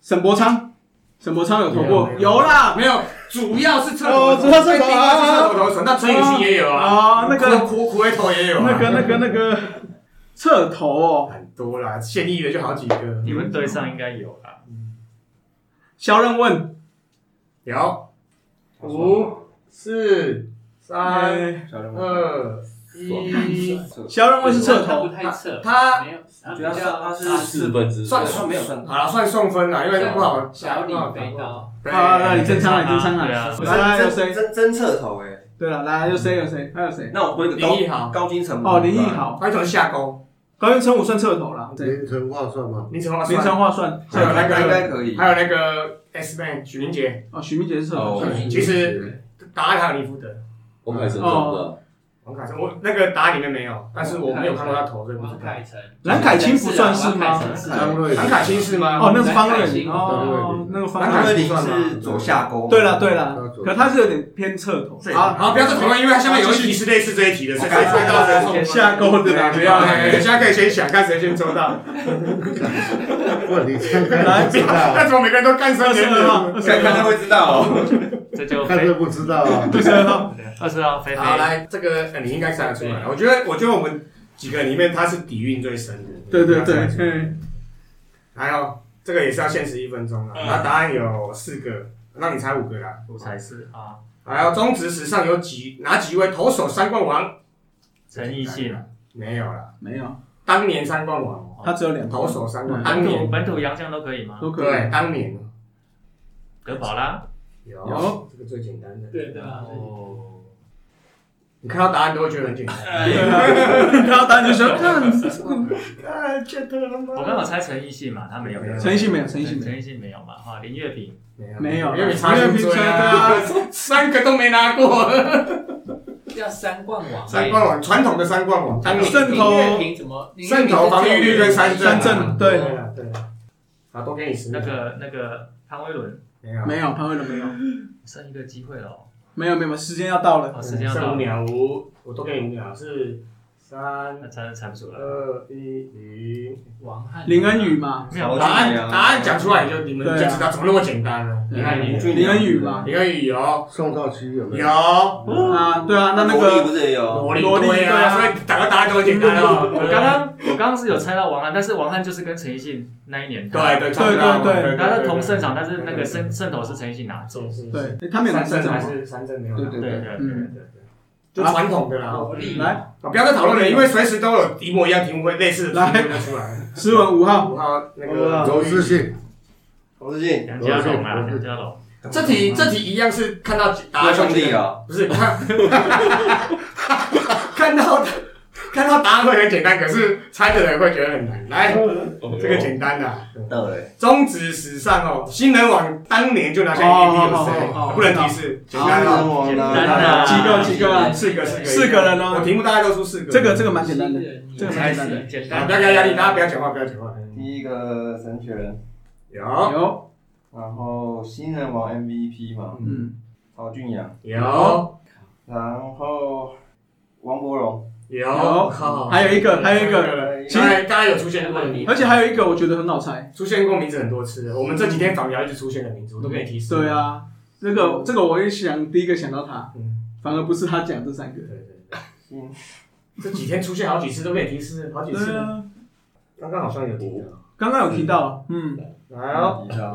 沈伯昌，沈伯昌有投过，没有没有有啦，没有，主要是侧哦投，主要是侧投被定位是侧投投手，那陈雨欣也有啊，啊，那个苦苦味头也有啊，那个那个那个侧头哦，很多啦，现役的就好几个。你们队上应该有啦。肖任问，有五四三哎小人物，二一，肖任问是侧他头不，太侧，他没有，他比主要是较啊他是是四分之算他没有算好了，算送分了，因为不好小李飞。刀，对，啊，那你这正常啊，你正常对啊啊，来来有真谁？真真侧头哎，对了，来有谁有谁？还有谁？那我播一个林奕豪高高金城武哦，林奕，豪，他从下勾，高云成武算侧头啦，对，凌晨话算吗？林晨华，林晨化算，还有那应个，该可以。还有那个 S Man 许明杰，哦，许明杰是侧头，哦其实答案还有尼福德。王凯生中哦哦的，王凯生，我那个答案里面没有，但是我没有看过他投，所以不知王道。凯成，蓝凯清不算是吗？啊张瑞唐凯欣是吗？哦，那是方蓝凯瑞清哦，那个方蓝张凯瑞，瑞清麟算吗是左下勾，对了对了，他左可他是有点偏侧头，这好，好，不要再讨论，因为它下面有一题是类似这一题的，所以可以猜到谁送分下钩的啦对不要，哎现在可以先想看谁先抽到。问你猜看看知道，那怎么每个人都干生年了？看看他会知道哦。这就看非这不知 道啊。对侧头，二十号菲菲，好，来，这个呃你应该猜得出来。我觉得，我觉得我们几个里面他是底蕴最深的。对对对，你应该猜得出来嗯，还有这个也是要限时一分钟了。那答案有四个，让你猜五个啦。我才是啊，还有哎中职史上有几哪几位投手三冠王？陈奕迅，没有啦，没有，当年三冠王，他只有两投手三冠，当本土年本土洋将都可以吗？都可以，对，当年德保拉，有有这个最简单的。对对啊，哦，你看到答案都会觉得很简单。哎 啊然后单就说 看啊，这特了我刚好猜陈奕迅嘛，他没有，陈奕迅没有，陈奕迅没有陈。奕迅没有嘛？哈，林月平，没有因为你差点追因啊，三个都没拿过。要三冠 王，啊三冠王，传统的三冠王，当年胜投林月平怎么？林月胜平投防御率跟三振啊，三振对对了对了，好，多给你十啊那个那个潘威伦，没有没有，潘威伦没有，剩一个机会了哦，没有没有，时间要到了，哦，时间要到五了，嗯秒五，我多给你五秒，是三那猜都猜不出来，呃二一零。王汉林恩宇嘛，没有答案答案讲出来你就你们对啊就知道，怎么那么简单呢？对你看你林恩宇嘛，林恩宇有送到区有没有？有啊，对啊，那那萝莉不个是也有？萝莉萝莉对对啊，啊所以打个答案都很简单哦。我刚刚我刚刚是有猜到王翰，但是王翰就是跟陈奕迅那一年打，对对对对对然后他同胜场，但是那个胜胜投是陈奕迅拿走，对，对，诶他们有三男振生还场吗？是三振没有？对对嗯对对对，对对嗯。对，就传统的啦。国立来，啊，不要再讨论了，因为随时都有一模一样题目会类似的题目就出来。诗文五号，五号那哦个周世信，侯志信，梁家荣啊，梁家荣，这题这题一样是看到答大案兄弟啊，啊，不是看 看到看到答案会很简单，可是猜的人会觉得很难。来，哦哦这个简单啊的到了，中职史上哦，新人王当年就拿下 MVP 有哦哦哦谁？不能提示，简单人哦，王简单啊，啊几个几个啊，四个四个四个人我哦，题目大概都出四个，这个这个蛮简单的，这个蛮开简单的始，简啊单，不要给他压力，大家不要讲话，不要讲话。第一个神学人，有有，然后新人王 MVP 嘛，嗯，曹俊阳，有然后王柏荣，有靠还有一个，还有一个，个其实当然当然有出现过问题，嗯而且还有一个我觉得很脑残。出现过名字很多次了。我们这几天访聊一直出现的名字，我都没提示。对，啊，这个这个我也想第一个想到他嗯，反而不是他讲这三个对。对对，嗯，这几天出现好几次都没提示，好几对次。啊，刚刚好像有提刚刚有提到，嗯，到，来哦，一到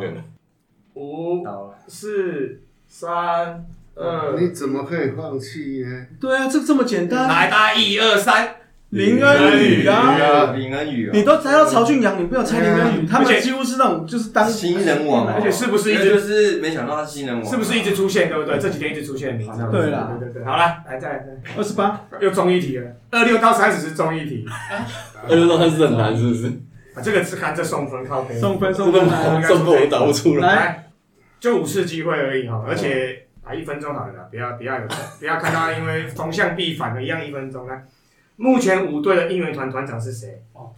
五到了，四三嗯二，你怎么可以放弃呢？对啊，这这么简单，来，大家一二三，林恩宇啊林。恩林恩宇你啊，都猜到曹俊阳，你不要猜林恩宇，他哎而且们几乎是那种就是当新人王啊，而且是不是一直这就是没想到他是新人王，是不是一直出现？对不对？这几天一直出现的名字。对啦对对对，好了，来再来再来，二十八， 又综艺题了，二六到三十是综艺题二六到三十很难，是不是？啊，这个是看这送分靠背。送分送送分啊分来好我 送分我打不出来。来，就五次机会而已哈，而且啊一分钟好了啦，不要不要有不要看到因为逢向必反的一样一分钟来。目前五队的应援团团长是谁？哦，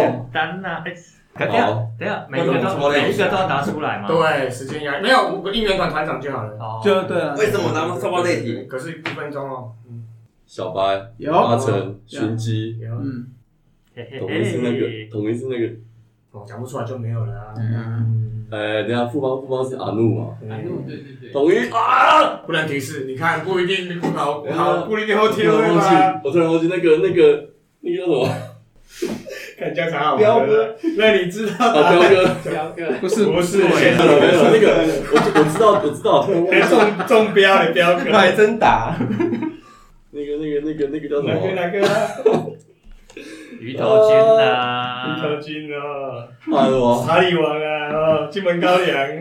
简单呐、哎，可等一下好，等一下，每个都每一个都要拿出来嘛。对，时间压力没有五个应援团团长就好了。哦，就对了，哎为什么咱们上到这对题？可是一分钟哦。嗯，小白、有，阿成、寻机，有嗯，嘿哎嘿统一是那个，嘿，统一是那个，哦，讲不出来就没有了啊。哎，等一下富邦富邦是阿怒嘛？哎嗯对对对，统一啊！不能提示，你看不一定好嗯好不一定会我突贴然会忘吗？记，我突然忘记那个那个那个叫什么？看这样才好玩。彪哥对不对，那你知道啊，彪哥。 彪哥，不是不是没有没有那个，我我知道我知道，突然忘记中中标的彪哥，还哎真打，那个那个那个那个叫 什哪个么？哪个啊鱼头君鱼呐、头君啊，啊什么？查理王啊，哦，金门高 粱，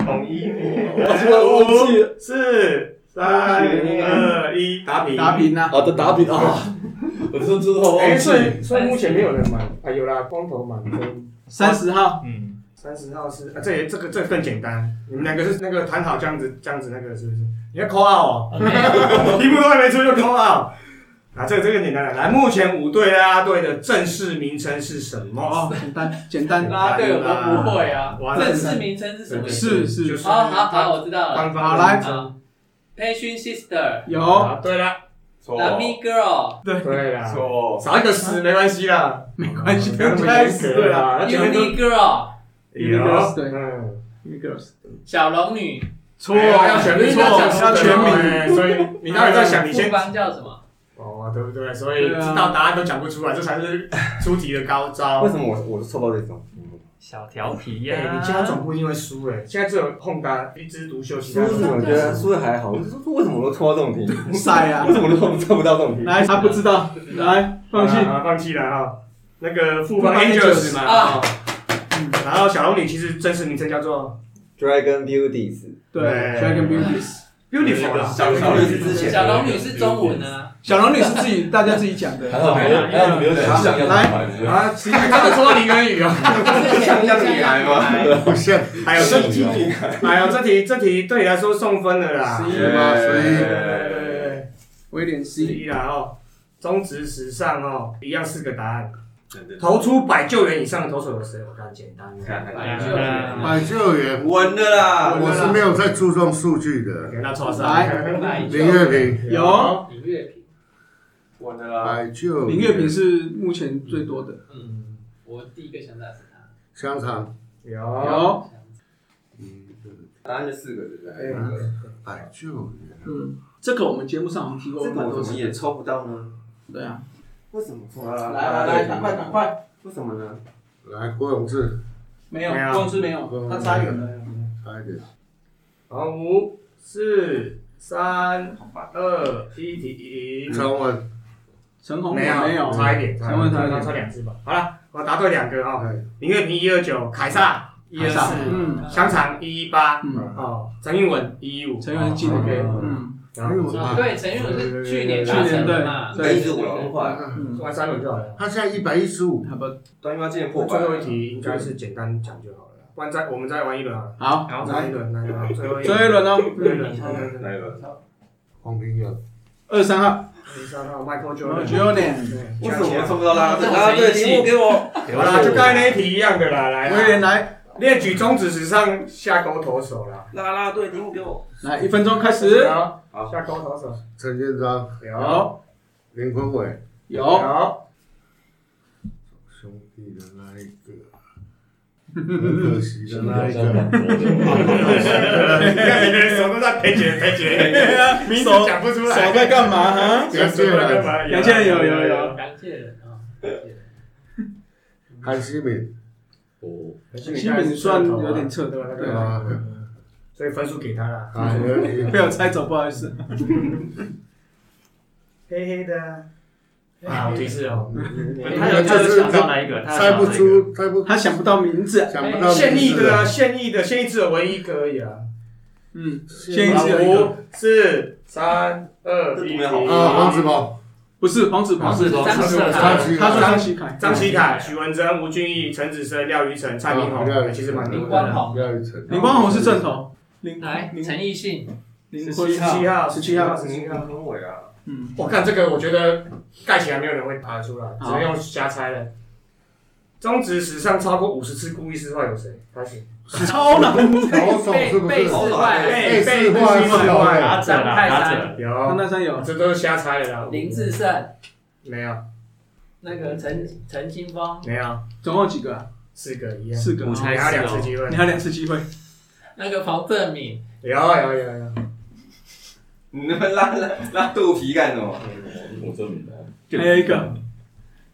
统一，我突然忘记了四三二一，打平打。平啦，啊，打打平啊！ 我真的真的好哎，忘记所。以所以目前没有人满啊，有啦，光头满分。三十号，嗯，三十号是啊，这也这个这个更简单，你们两个是那个谈好这样子这样子那个是不是？你要扣号没有哎哦，题目都还没出就扣号。啊，这个这个简单了。来，目前五队啦啦队的正式名称是什么哦？，简单简单，啦队我们不会啊完，了正式名称是什么？是是就是哦，好好，我知道了。官方好来啊，Passion Sister，有，啊，对啦，错 l o Me Girl，对啊啦，错，少一个十没关系啦，嗯没关系，不那用么猜严死，格对啦啦，那 You 前面 Me 都 Girl，有， Universe，对嗯， ，New Girls，小龙女，错，哎呀要全名，错，要全名，名，所以你到底在想你先副。帮叫什么？哦，对不对？所以知道答案都讲不出来，这才是出题的高招为。什么我我是凑到这种？小调皮呀、哎，你家总不一定会输哎，现在只有碰单一枝独秀，其输他是我都觉得输的还好，我就说为什么我都凑到这种题？ 晒啊为，什么都凑不到这种题？来，他不知道，来，放弃，啊，放弃了哈。那个复方复方 Angels 嘛，啊哦然后小龙女其实真实名称叫做 Dragon Beauties，对哎，Dragon Beauties， Beautiful 啊，小小龙女是之前的小龙女是中文啊，小龙女是自己大家自己讲的， 还好没有，还好没有讲像样的牌啊，其实他们说林恩宇哦，像样女孩吗？不像还有像这题，哎呦，这题这题对你来说送分了啦，十对一吗？对十对对，一，威廉十 C，一啦哦，中职时尚哦，一样四个答案，投出百救援以上的投手有谁？我看简单了，嗯百救援百救援，稳的啊啦，我是没有在注重数据的。给他错上来百林月平，有，李月平，稳的啦。百救林援月平是目前最多的，嗯，我第一个想到的是他。香肠，有，有，嗯答案就四个，对不对？百救援，嗯，这个我们节目上好像提过这个蛮我多怎么次，也抽不到呢？对啊，为什么？来来来，赶快赶快，为什么呢？来郭永志，没有没有，公司没有，他差远了。差一点，好，五四三二一，停。张文，陈红没有没有，差一点，差一点刚刚差两次吧。好了，我答对两个啊、哦，林月平一二九，凯撒一二四，嗯香肠一一八，嗯，哦，陈韵文一一五，陈元进的， OK，嗯然后对，陈韵如是去年打成的嘛，对一直五龙化，嗯，玩三轮就好了。啊他现在一百一十五，好吧，端一妈今年破百最，后一题应该是简单讲就好了，不然再我们再玩一轮好了，好，好来一轮，来一轮，最后一最后一轮哦，最后一轮，最后一轮，来了，黄平阳，二三号第三号 Michael j o Jordan， r d a n 为什么我抽不到啦？啦队题目啊给我，好啦，就刚才那一题一样的啦，来，威廉来，列举中指史上下勾投手啦，啦啦队题目给我，来一分钟开始，好，下勾投手，陈建章，有好，林坤伟有好，兄弟的那一个，很可惜的那一像个，蛮 多的，看你的手都在赔钱赔钱，名字讲不出来，在干嘛？哈， 手手在干嘛？杨倩有有有，杨介人啊，韩西敏，我基本算有点撤的吧？对对啊啊，所以分数给他了。啊，有你被我猜走，不好意思。黑黑的啊，啊，我提示哦，他有他有想到哪一个？他有想猜到哪一不个出，猜不他想不到名哎字，啊想不到现役名字的啊，，现役的，现役只有唯一一个而已啊。嗯，现现役只有一个，五、四、三、二、一，啊，黄子鹏，不是黄子鹏，是张张世世凯张凯，琪，他说张启凯，张启凯、许文珍、吴俊义、陈子生、廖于成、蔡明啊廖宇宏，哎其实蛮多林的。光宏廖宇辰，林光宏是正头，林来林陈奕迅，林啊十坤七号，十七号十七号。跟伟啊，嗯，我看这个，我觉得盖起来没有人会答得出来，只能用瞎猜了。中职史上超过五十次故意失坏有谁？开始。超难。投手被是啊不被是？四坏，被被四坏是有哎，打者啦，打者。张有，大山有这都是瞎猜的啦。林志胜，没有，那个陈陈清风，没有，总共有几个啊？四个一样。四个我。你还猜有两是次哦，机会你。还有两次机会，那个彭正敏，有有有有。你那么拉拉拉肚皮干什么？我证明的。还有一个，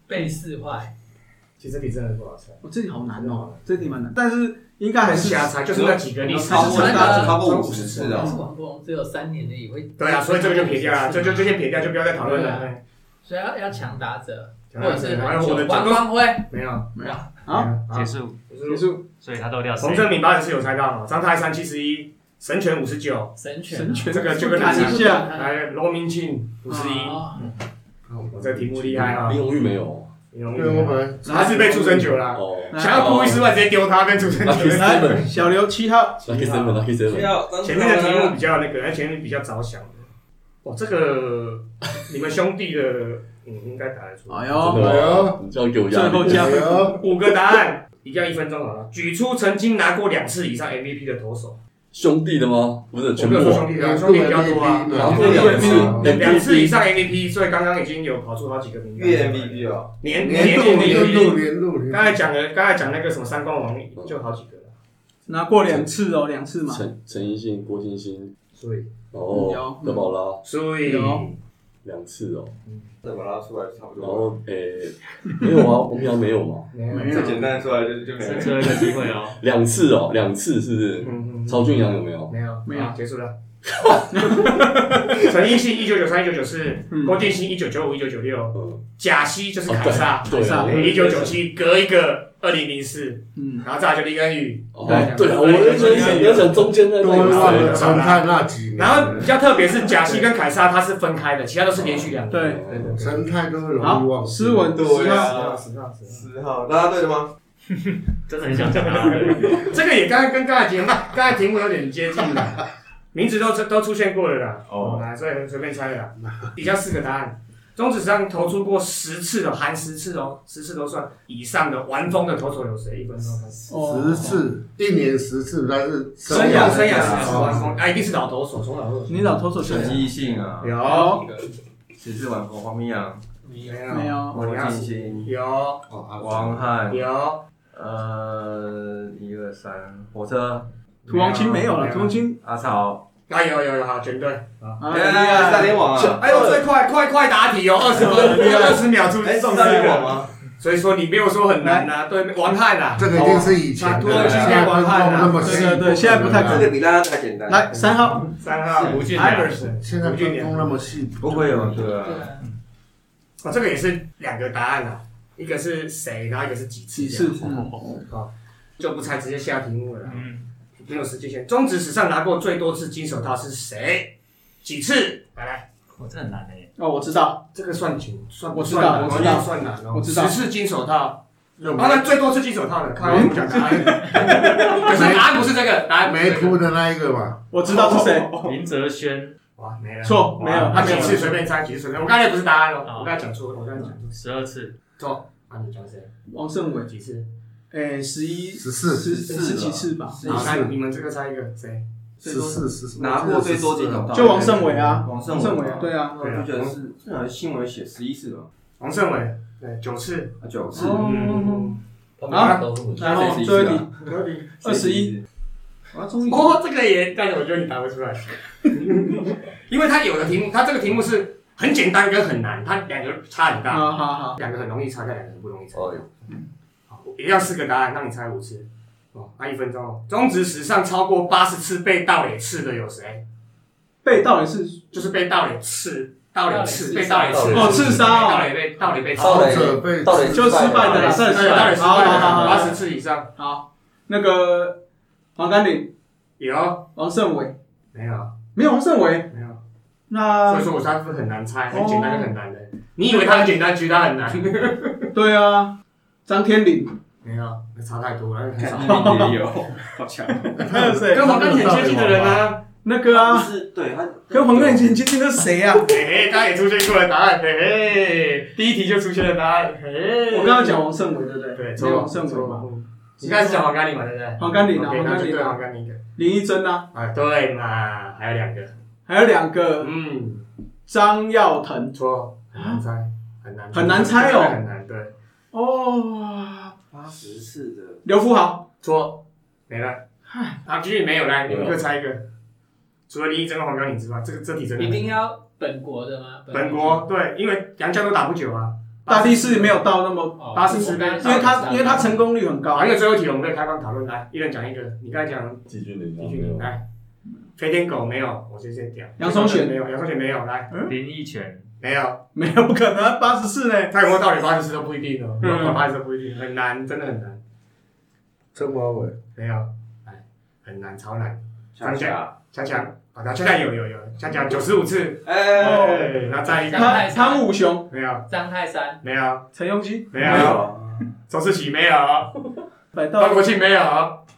被四坏，其实你真的不好猜，我这里好难哦，这题蛮难，但是应该还很是瞎猜，就是那几个你超过超过五十次但是哦，王柏荣只有三年的也会，对啊，所以这个就撇掉了，这就就先撇掉，就不要再讨论了。哎所以要要抢打者，讲或到者是哎我的王光辉，没有没有啊，结束，结束。所以他漏掉谁洪？正明八十四有猜到嘛？张泰山七十一，神拳五十九，神犬啊，神拳这个这个看一下，还有罗明庆五十一。哦我这题目厉害啊林！红玉没有哦林荣对，我玉们他是被出生啊球啦，哦想要故意失败直接丢他跟出生球。 ，Lucky 来 Seven，Lucky 小刘七号， Seven，Lucky 哦 Seven，要张前面的题目比较那个，而前面比较早想的。哇，这个你们兄弟的，你应该答得出。哎真呦，的哎呦，哦你这样给我压最后力。加分，有五个答案，一定要一分钟好了。举出曾经拿过两次以上 MVP 的投手，兄弟的吗？不是，我全没部有啊。说兄弟的，兄弟比较多啊。哎然后两次两两次以 MVP，上 MVP，所以刚刚已经有跑出好几个名单。月 MVP 哦，年年年度度年度 MVP，年度年刚度，才讲的，刚才讲那个什么三冠王就好几个了，拿过两次哦，两次嘛，陈陈奕迅、郭晶晶，所以然后嗯有德宝拉所以有两次哦，再把它出来差不然多，后诶没有啊，王平哦阳没有嘛，没有，没有最简单的出来就就没是了。最后一个机会哦。两次哦，两次是不是？嗯嗯，曹俊阳有没有？没有没有好结束 了。陈奕迅一九九三一九九四，嗯郭建新一九九五一九九六，嗯，贾贾希就是凯撒，对啊，一九九七隔一个二零零四，嗯，然后再来就林根宇，哦对啊，我一直想要想中间那都会忘个了常泰那几年，然后比较特别是贾希跟凯撒他是分开的，其他都是连续两个。对，对对对常泰都会容易好，忘斯文对十十号，号十号十号。四号，大家对了吗？真的很想 讲他，这个也刚才跟刚才题目，刚才题目有点接近了，名字都出都出现过了啦。哦哦，来，所以随便猜的啦。 以下四个答案，中指上投出过十次的，含十次哦，十次都算以上的完封的投手有谁？一分钟开始。哦十，次，一年十次，但是生涯哦生涯生涯十次完封，啊，一定是老投手，从老投手。你老投手陈谁？奕迅啊，有谁是晚风？黄明阳、没没有？有，我郭要晶晶、有哦啊王王翰，有呃，一二三，火车，屠王青没有了，屠王青阿草，啊有有有好全对啊！哎啊，三联网啊，哎呦，最快快快答题哦，二十分二十秒出哎，送是这三联网个，吗？所以说你没有说很难啊，对，王翰啊，这个一定是以前土的，耳其现现在在不观看弄了那么细，啊对对对现在不太可这能个比大家太简单，来三号，三号吴俊良 Iverson，现在吴不俊弄良那么细，不会有嗯对对啊，啊，啊，这个也是两个答案啊，一个是谁，然后一个是几次几这样，次？嗯就不猜，直接下题目了啦，嗯，没有时间线。中职史上拿过最多次金手套是谁？几次？来来，我这很难哎。哦，我知道，这个算紧，算我知算道难我知好道像算难哦，我知道十次金手套，又当没然最多次金手套的，看我不讲答案， 可是答案不是这个，答案不是没这个哭的那一个嘛，我知道是谁，林哲轩哇，没了，错哇没有他几次随便猜，几次随便。我刚才不是答案哦，哦我刚才讲错，了，我刚才讲错，十二次，错。啊，你讲谁？ 王胜伟，几次？哎，十一十四十十几次吧，啊好，那你们这个猜一个谁？十四十四拿过最多几种道就王胜伟啊，王王胜胜伟伟啊啊，对啊，我不觉得是，是好像新闻写十一次吧，王胜伟，对，九次，啊九次，嗯哦，他啊们都是嗯然后谁最后一谁题二十一，啊终于哦，这个也，但是我觉得你答不出来，因为他有的题目，他这个题目是很简单跟很难，它两个差很大，啊好好好，两个很容易猜，但两个很不容易猜。哦好，一样四个答案，让你猜五次。哦，那一分钟哦。中职史上超过八十次被盗垒刺的有谁？被盗也是就是被盗垒刺，盗垒刺，盗垒刺被盗垒刺，哦刺杀哦盗垒被盗垒被盗盗垒垒，者被哎到底就失败的啦，对，算失盗败垒的，失好败好好了，八好，十次以上好，那个黄甘岭、有王胜伟，没有？没有王胜伟，没有。所那以说我猜是很难哦猜，很简单跟很难的。你以为它很简单，其实它很难。对啊，张天林， 没有，那差太多了，很嗯少。看那边也有，哎好强，还有谁跟黄冈很接近的人啊， 那个啊，是对他跟黄甘岭很接近的是谁啊？嘿嘿，哎他也出现过了答案，哎嘿嘿，第一题就出现了答案，哎嘿。我刚刚讲王胜伟对不对？对，没有王胜伟嘛，嘛。你开始讲黄甘岭嘛，对不对？黄甘岭啊， OK，黄那甘就岭对啊黄，甘岭的。林一珍啊，啊，对嘛，还有两个。还有两个嗯，张耀腾，不错，很难猜，很难，很难猜哦很难。对，哦，八十次的刘富豪，错，没了。好，继续没有来，你们没有各猜一个。除了林一真跟黄甘岭之外，这个这题真的一很定要本国的吗？本国对，因为杨将都打不久啊。大力士没有到那么，哦八十我刚刚四因为他因为他成功率很好，高还，啊有最后一题，我们可以开放讨论。来，一人讲一个。你刚才讲季军领李导俊啊没林，有，来，飞天狗没有，我先先讲。杨松雪没有，杨松雪没有，来， 林奕泉，没有，没有不可能八十四呢，他有没有到底八十次都不一定哦，嗯八十次都不一定，很难，真的很难，陈华伟，没有，来，很难，超难。强强，强强，好的，强强有有有，强强九十五次，哦哎，哎，那再一个，他汤姆熊，没有，张泰山，没有，陈永基，没没有，有，周世奇没有，百道高国庆没有，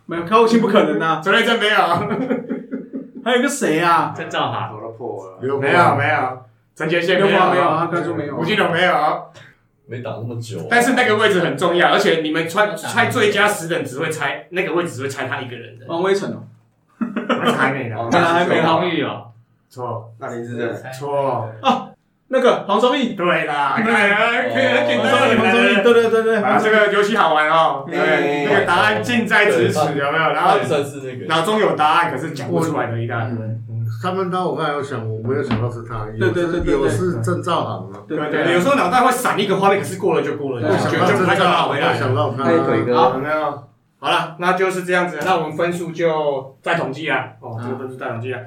没有高国庆不可能啊，周瑞正没有，还有个谁啊？郑兆打华，头都破了，刘华没有，没有，陈杰宪刘没华没有，有，他刚说没有吴，金龙没有。没打那么久，啊但是那个位置很重要，而且你们猜猜最佳十人只会猜那个位置，只会猜他一个 人的，王威成哦，那是还没呢。那还没陈好红玉哦，错那林志正，错，那个黄宗义，对啦，看可以很简黄单宗义，很黄宗义，简单。对对对对，啊，这个游戏好玩哦，对，哎那个答案近在咫尺，有没有？然他后也算是那个，脑中有答案，可是讲不出来的一大堆。三分刀我刚才有想，我没有想到是他，有对对对对对有是郑兆航吗？对对，有时候脑袋会闪一个画面，可是过了就过了，我就想就到就郑拍照兆拿航，回来我了。想到他，哎腿哥好，有没有？好了，那就是这样子，那我们分数就再统计啊。哦，这个分数再统计啊。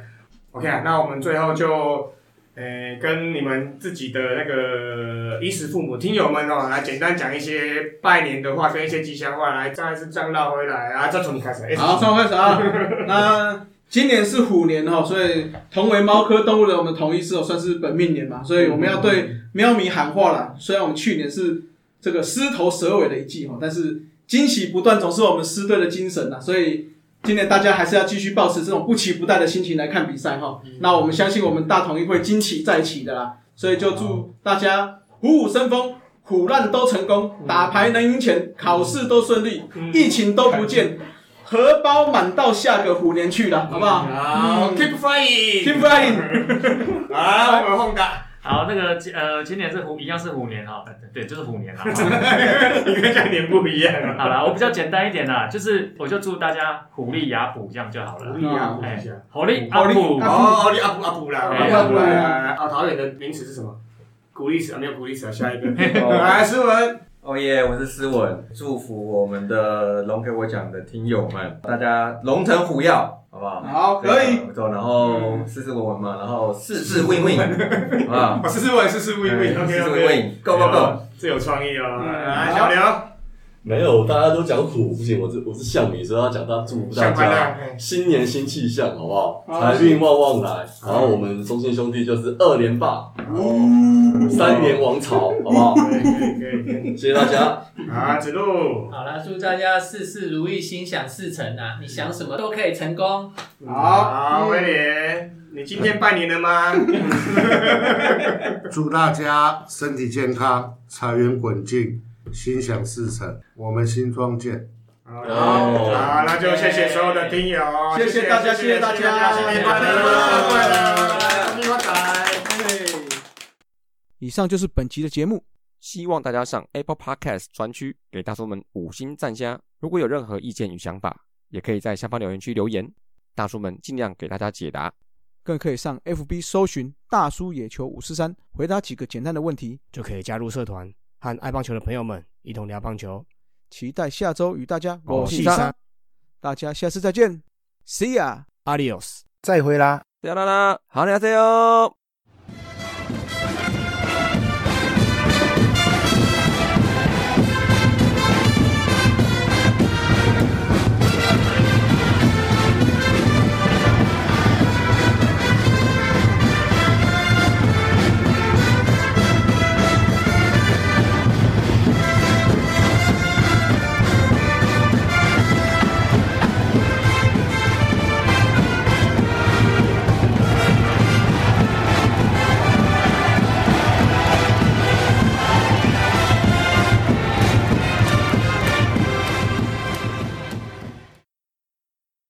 OK 啊，那我们最后就，呃，跟你们自己的那个衣食父母听友们哦，来简单讲一些拜年的话跟一些吉祥话，来再一次这样绕回来啊。再从你开始，哎好， 从我开始啊。那今年是虎年哦，所以同为猫科动物的我们同一只哦，算是本命年嘛，所以我们要对喵咪喊话啦。虽然我们去年是这个狮头蛇尾的一季哦，但是惊喜不断总是我们狮队的精神啊呐，所以。今年大家还是要继续保持这种不期不待的心情来看比赛哈。那我们相信我们大同一会惊奇再起的啦，所以就祝大家虎虎生风，虎烂都成功，打牌能赢钱，考试都顺利，嗯疫情都不见，荷包满到下个虎年去了，好不好好，Keep ？Keep flying， flying，好，我们轰打，好，那个呃，今年是虎，一样是虎年哈，对，就是虎年啦。 你跟这年不一样啊。好啦，我比较简单一点啦，就是我就祝大家虎力牙补这样就好了。力啊，补一下。虎力阿虎补力，哦，你阿布阿布啦，哎阿布啦来。啊，桃园的名词是什么？鼓励词啊，没有鼓励词啊，下 一个。哎来，诗文， 哦耶！我是思文，祝福我们的龙给我讲的听友们，大家龙腾虎跃，好不好？好，嗯可以，不错。然后事事文文嘛，然后事事 win win，好不好？哎我是诗文，是诗 win 哎 win，事 OK 事 OK。 win win，go go go！这有创意哦。嗯来，小刘，没有，大家都讲虎，不行，我是我是象迷，所以要讲大家祝福大小快家。乐。新年新气象，好不好？好财运旺旺来。然后我们中信兄弟就是二连霸，三年王朝，好不好？可以可以可以。谢谢大家。啊，子路，好啦，祝大家事事如意，心想事成啊！你想什么都可以成功。好，威廉，你今天拜年了吗？嗯祝大家身体健康，财源滚进，心想事成。我们新庄见。好，哦好那就谢谢所有的听友，谢谢大家谢谢大家新年快乐，新年快乐新年快乐。以上就是本集的节目，希望大家上 Apple Podcast 专区给大叔们五星赞加。如果有任何意见与想法，也可以在下方留言区留言，大叔们尽量给大家解答。更可以上 FB 搜寻“大叔野球五四三”，回答几个简单的问题。就可以加入社团，和爱棒球的朋友们一同聊棒球。期待下周与大家我是三三，大家下次再见，See ya。 Adios。再啦啦，好，你好，加油！